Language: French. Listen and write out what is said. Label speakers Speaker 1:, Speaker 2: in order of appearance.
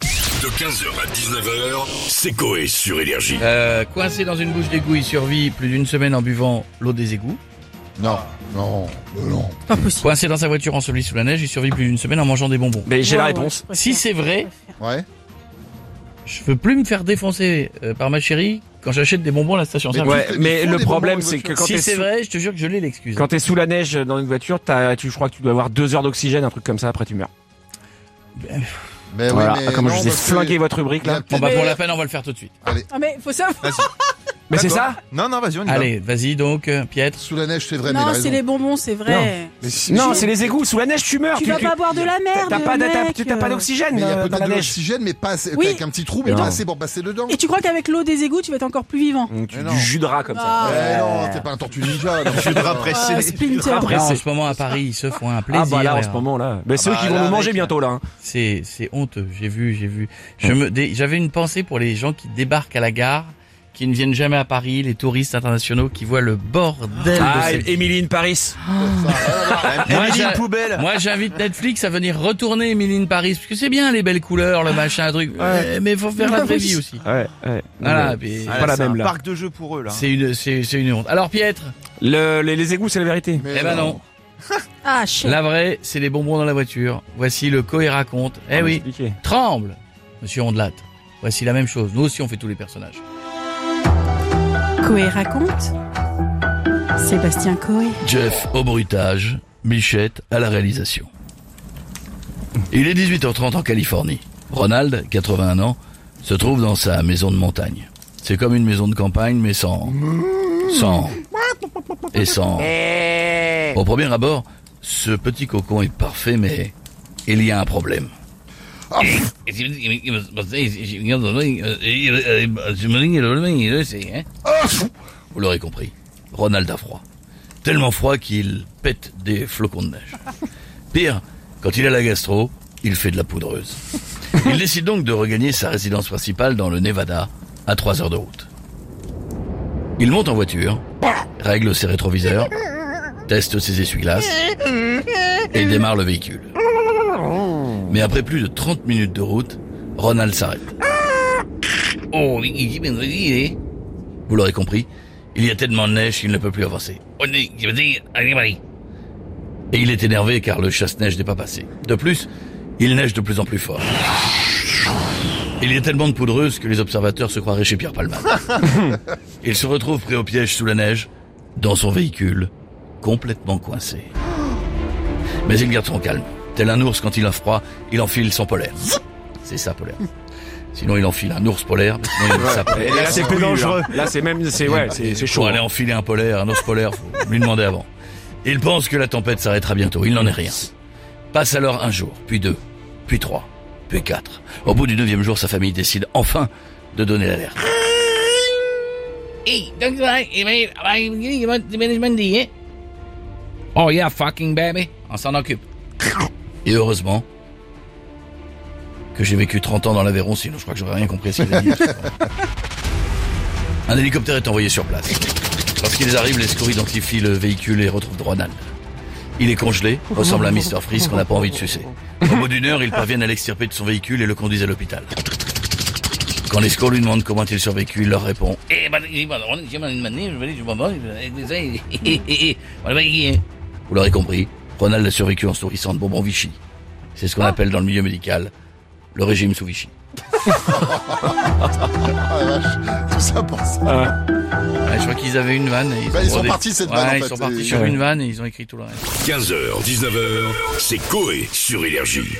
Speaker 1: De 15h à 19h, c'est Coé sur Énergie.
Speaker 2: Euh, coincé dans une bouche d'égout, il survit plus d'une semaine en buvant l'eau des égouts.
Speaker 3: Non, non, mais non.
Speaker 4: Pas possible.
Speaker 2: Coincé dans sa voiture en celui sous la neige, il survit plus d'une semaine en mangeant des bonbons.
Speaker 5: Mais j'ai la
Speaker 4: Ouais,
Speaker 5: réponse.
Speaker 4: ouais, je
Speaker 2: Si
Speaker 4: préfère.
Speaker 2: c'est vrai,
Speaker 3: Ouais.
Speaker 2: je veux plus me faire défoncer euh, par ma chérie quand j'achète des bonbons à la station
Speaker 3: Mais
Speaker 2: service.
Speaker 5: Ouais,
Speaker 3: Ils font
Speaker 5: mais
Speaker 3: des
Speaker 5: le
Speaker 3: bonbons
Speaker 5: problème
Speaker 3: dans
Speaker 5: c'est
Speaker 3: une
Speaker 5: que quand
Speaker 2: si
Speaker 5: t'es
Speaker 2: c'est
Speaker 5: sous,
Speaker 2: vrai, je te jure que je l'ai l'excuse.
Speaker 5: quand t'es sous la neige dans une voiture, t'as- tu je crois que tu dois avoir deux heures d'oxygène, un truc comme ça. Après tu meurs.
Speaker 3: Mais oui,
Speaker 5: voilà.
Speaker 3: mais
Speaker 5: Ah, comment je
Speaker 3: non,
Speaker 5: vous ai
Speaker 3: parce que-
Speaker 5: flingué votre rubrique là
Speaker 2: Bon bah
Speaker 4: Mais-
Speaker 2: pour la peine, on va le faire tout de suite.
Speaker 4: Ah mais faut savoir.
Speaker 5: Mais c'est ça
Speaker 6: Non, non, vas-y, on y va.
Speaker 2: Allez, vas-y donc, euh, Pietre.
Speaker 3: Sous la neige, c'est vrai, mais il a
Speaker 4: Non,
Speaker 3: raison.
Speaker 4: c'est les bonbons, c'est vrai.
Speaker 3: Mais si-
Speaker 5: Non,
Speaker 3: mais-
Speaker 5: c'est les égouts. Sous la neige tu meurs.
Speaker 4: Tu vas pas boire de la merde.
Speaker 5: T'as pas
Speaker 4: mec.
Speaker 5: d'atta- t'as pas d'oxygène
Speaker 3: mais il y a
Speaker 5: euh, dans
Speaker 3: peut-être
Speaker 5: la
Speaker 3: de
Speaker 5: neige.
Speaker 3: l'oxygène, mais pas assez-
Speaker 4: Oui.
Speaker 3: avec un petit trou, mais
Speaker 5: Non.
Speaker 3: pas assez pour passer dedans.
Speaker 4: Et tu crois qu'avec l'eau des égouts, tu vas être encore plus vivant
Speaker 5: Donc, Hum, Tu
Speaker 3: Mais non.
Speaker 5: du jus de rat comme ça.
Speaker 4: Ah.
Speaker 3: Mais Eh non, t'es pas un tortue ninja. non.
Speaker 6: Je te rapproche.
Speaker 4: Ah, Splinter.
Speaker 5: Après,
Speaker 2: Non, en
Speaker 5: c'est-
Speaker 2: ce moment à Paris, ils se font un plaisir.
Speaker 5: Ah bah là en ce
Speaker 2: hein.
Speaker 5: moment là. Mais c'est eux
Speaker 3: bah
Speaker 5: qui vont
Speaker 3: là,
Speaker 5: nous manger
Speaker 3: mec,
Speaker 5: bientôt là. hein.
Speaker 2: C'est c'est honteux. J'ai vu, j'ai vu. Je me dé- j'avais une pensée pour les gens qui débarquent à la gare, qui ne viennent jamais à Paris, les touristes internationaux qui voient le bordel de
Speaker 5: Ah,
Speaker 2: cette
Speaker 5: Émilie in Paris.
Speaker 2: Moi,
Speaker 6: Émilie,
Speaker 2: j'a-
Speaker 6: une poubelle.
Speaker 2: Moi, j'invite Netflix à venir retourner Emily in Paris, parce que c'est bien les belles couleurs, le machin, le truc. Euh, Mais faut faire la vraie vie aussi.
Speaker 5: Ouais, ouais.
Speaker 2: Voilà.
Speaker 5: Mais-
Speaker 2: puis-
Speaker 5: Ah, pas la
Speaker 6: c'est
Speaker 5: même,
Speaker 6: un
Speaker 5: là.
Speaker 6: parc de jeux pour eux, là.
Speaker 2: C'est une, c'est, c'est une honte. Alors, Pietre,
Speaker 5: Le- les, les égouts c'est la vérité.
Speaker 3: Mais
Speaker 2: eh ben non.
Speaker 4: Ah, shit.
Speaker 2: La vraie, c'est les bonbons dans la voiture. Voici le co et raconte. Eh
Speaker 5: Ah,
Speaker 2: oui.
Speaker 5: expliquez.
Speaker 2: Tremble, monsieur Ondelat. Voici la même chose. Nous aussi, on fait tous les personnages.
Speaker 4: Coé raconte. Sébastien Coé.
Speaker 2: Jeff au bruitage, Michette à la réalisation. Il est 18h30 en Californie. Ronald, 81 ans, se trouve dans sa maison de montagne. C'est comme une maison de campagne, mais sans... Sans... Et sans... Au premier abord, ce petit cocon est parfait, mais il y a un problème.
Speaker 3: Oh,
Speaker 2: Vous l'aurez compris, Ronald a froid tellement froid qu'il pète des flocons de neige. Pire, quand il a la gastro, il fait de la poudreuse. Il décide donc de regagner sa résidence principale dans le Nevada, à 3 heures de route. Il monte en voiture, règle ses rétroviseurs, teste ses essuie-glaces et démarre le véhicule. Mais après plus de 30 minutes de route, Ronald s'arrête. Oh, vous l'aurez compris, il y a tellement de neige qu'il ne peut plus avancer. Et il est énervé car le chasse-neige n'est pas passé. De plus, il neige de plus en plus fort. Il y a tellement de poudreuse que les observateurs se croiraient chez Pierre Palman. Il se retrouve pris au piège sous la neige, dans son véhicule, complètement coincé. Mais il garde son calme. Tel un ours quand il a froid, il enfile son polaire. C'est ça, polaire. Sinon, il enfile un ours polaire, mais sinon il enfile sa polaire.
Speaker 5: Et là c'est plus dangereux. Là c'est même c'est ouais c'est c'est chaud. hein.
Speaker 2: Pour aller enfiler un polaire, un os polaire, faut lui demander avant. Il pense que la tempête s'arrêtera bientôt, il n'en est rien. Passe alors un jour, puis deux, puis trois, puis quatre. Au bout du neuvième jour, sa famille décide enfin de donner l'alerte. Oh yeah, fucking baby. On s'en occupe. Et heureusement que j'ai vécu 30 ans dans l'Aveyron, sinon je crois que j'aurais rien compris à ce qu'il a dit. Un hélicoptère est envoyé sur place. Lorsqu'ils arrivent, les secours identifient le véhicule et retrouvent Ronald. Il est congelé, ressemble à Mr Freeze qu'on n'a pas envie de sucer. Au bout d'une heure, ils parviennent à l'extirper de son véhicule et le conduisent à l'hôpital. Quand les secours lui demandent comment il survécu, il leur répond Eh ben, j'ai pas drôle, j'ai mal une manie, je vais aller, je vais voir, je vais aller, je vais aller. Vous l'aurez compris, Ronald a survécu en sourissant de bonbons Vichy. C'est ce qu'on appelle dans le milieu médical le régime sous Vichy.
Speaker 3: Ah, la vache. Tout ça pour ça.
Speaker 2: Ouais, je vois qu'ils avaient une vanne. Et ils,
Speaker 3: Bah,
Speaker 2: ont
Speaker 3: ils sont
Speaker 2: brodé.
Speaker 3: partis de cette
Speaker 2: Ouais,
Speaker 3: vanne, en
Speaker 2: Ils
Speaker 3: fait.
Speaker 2: sont partis
Speaker 3: Et-
Speaker 2: sur
Speaker 5: Ouais.
Speaker 2: une vanne et ils ont écrit tout le reste.
Speaker 1: 15h, 19h, c'est Coé sur Énergie.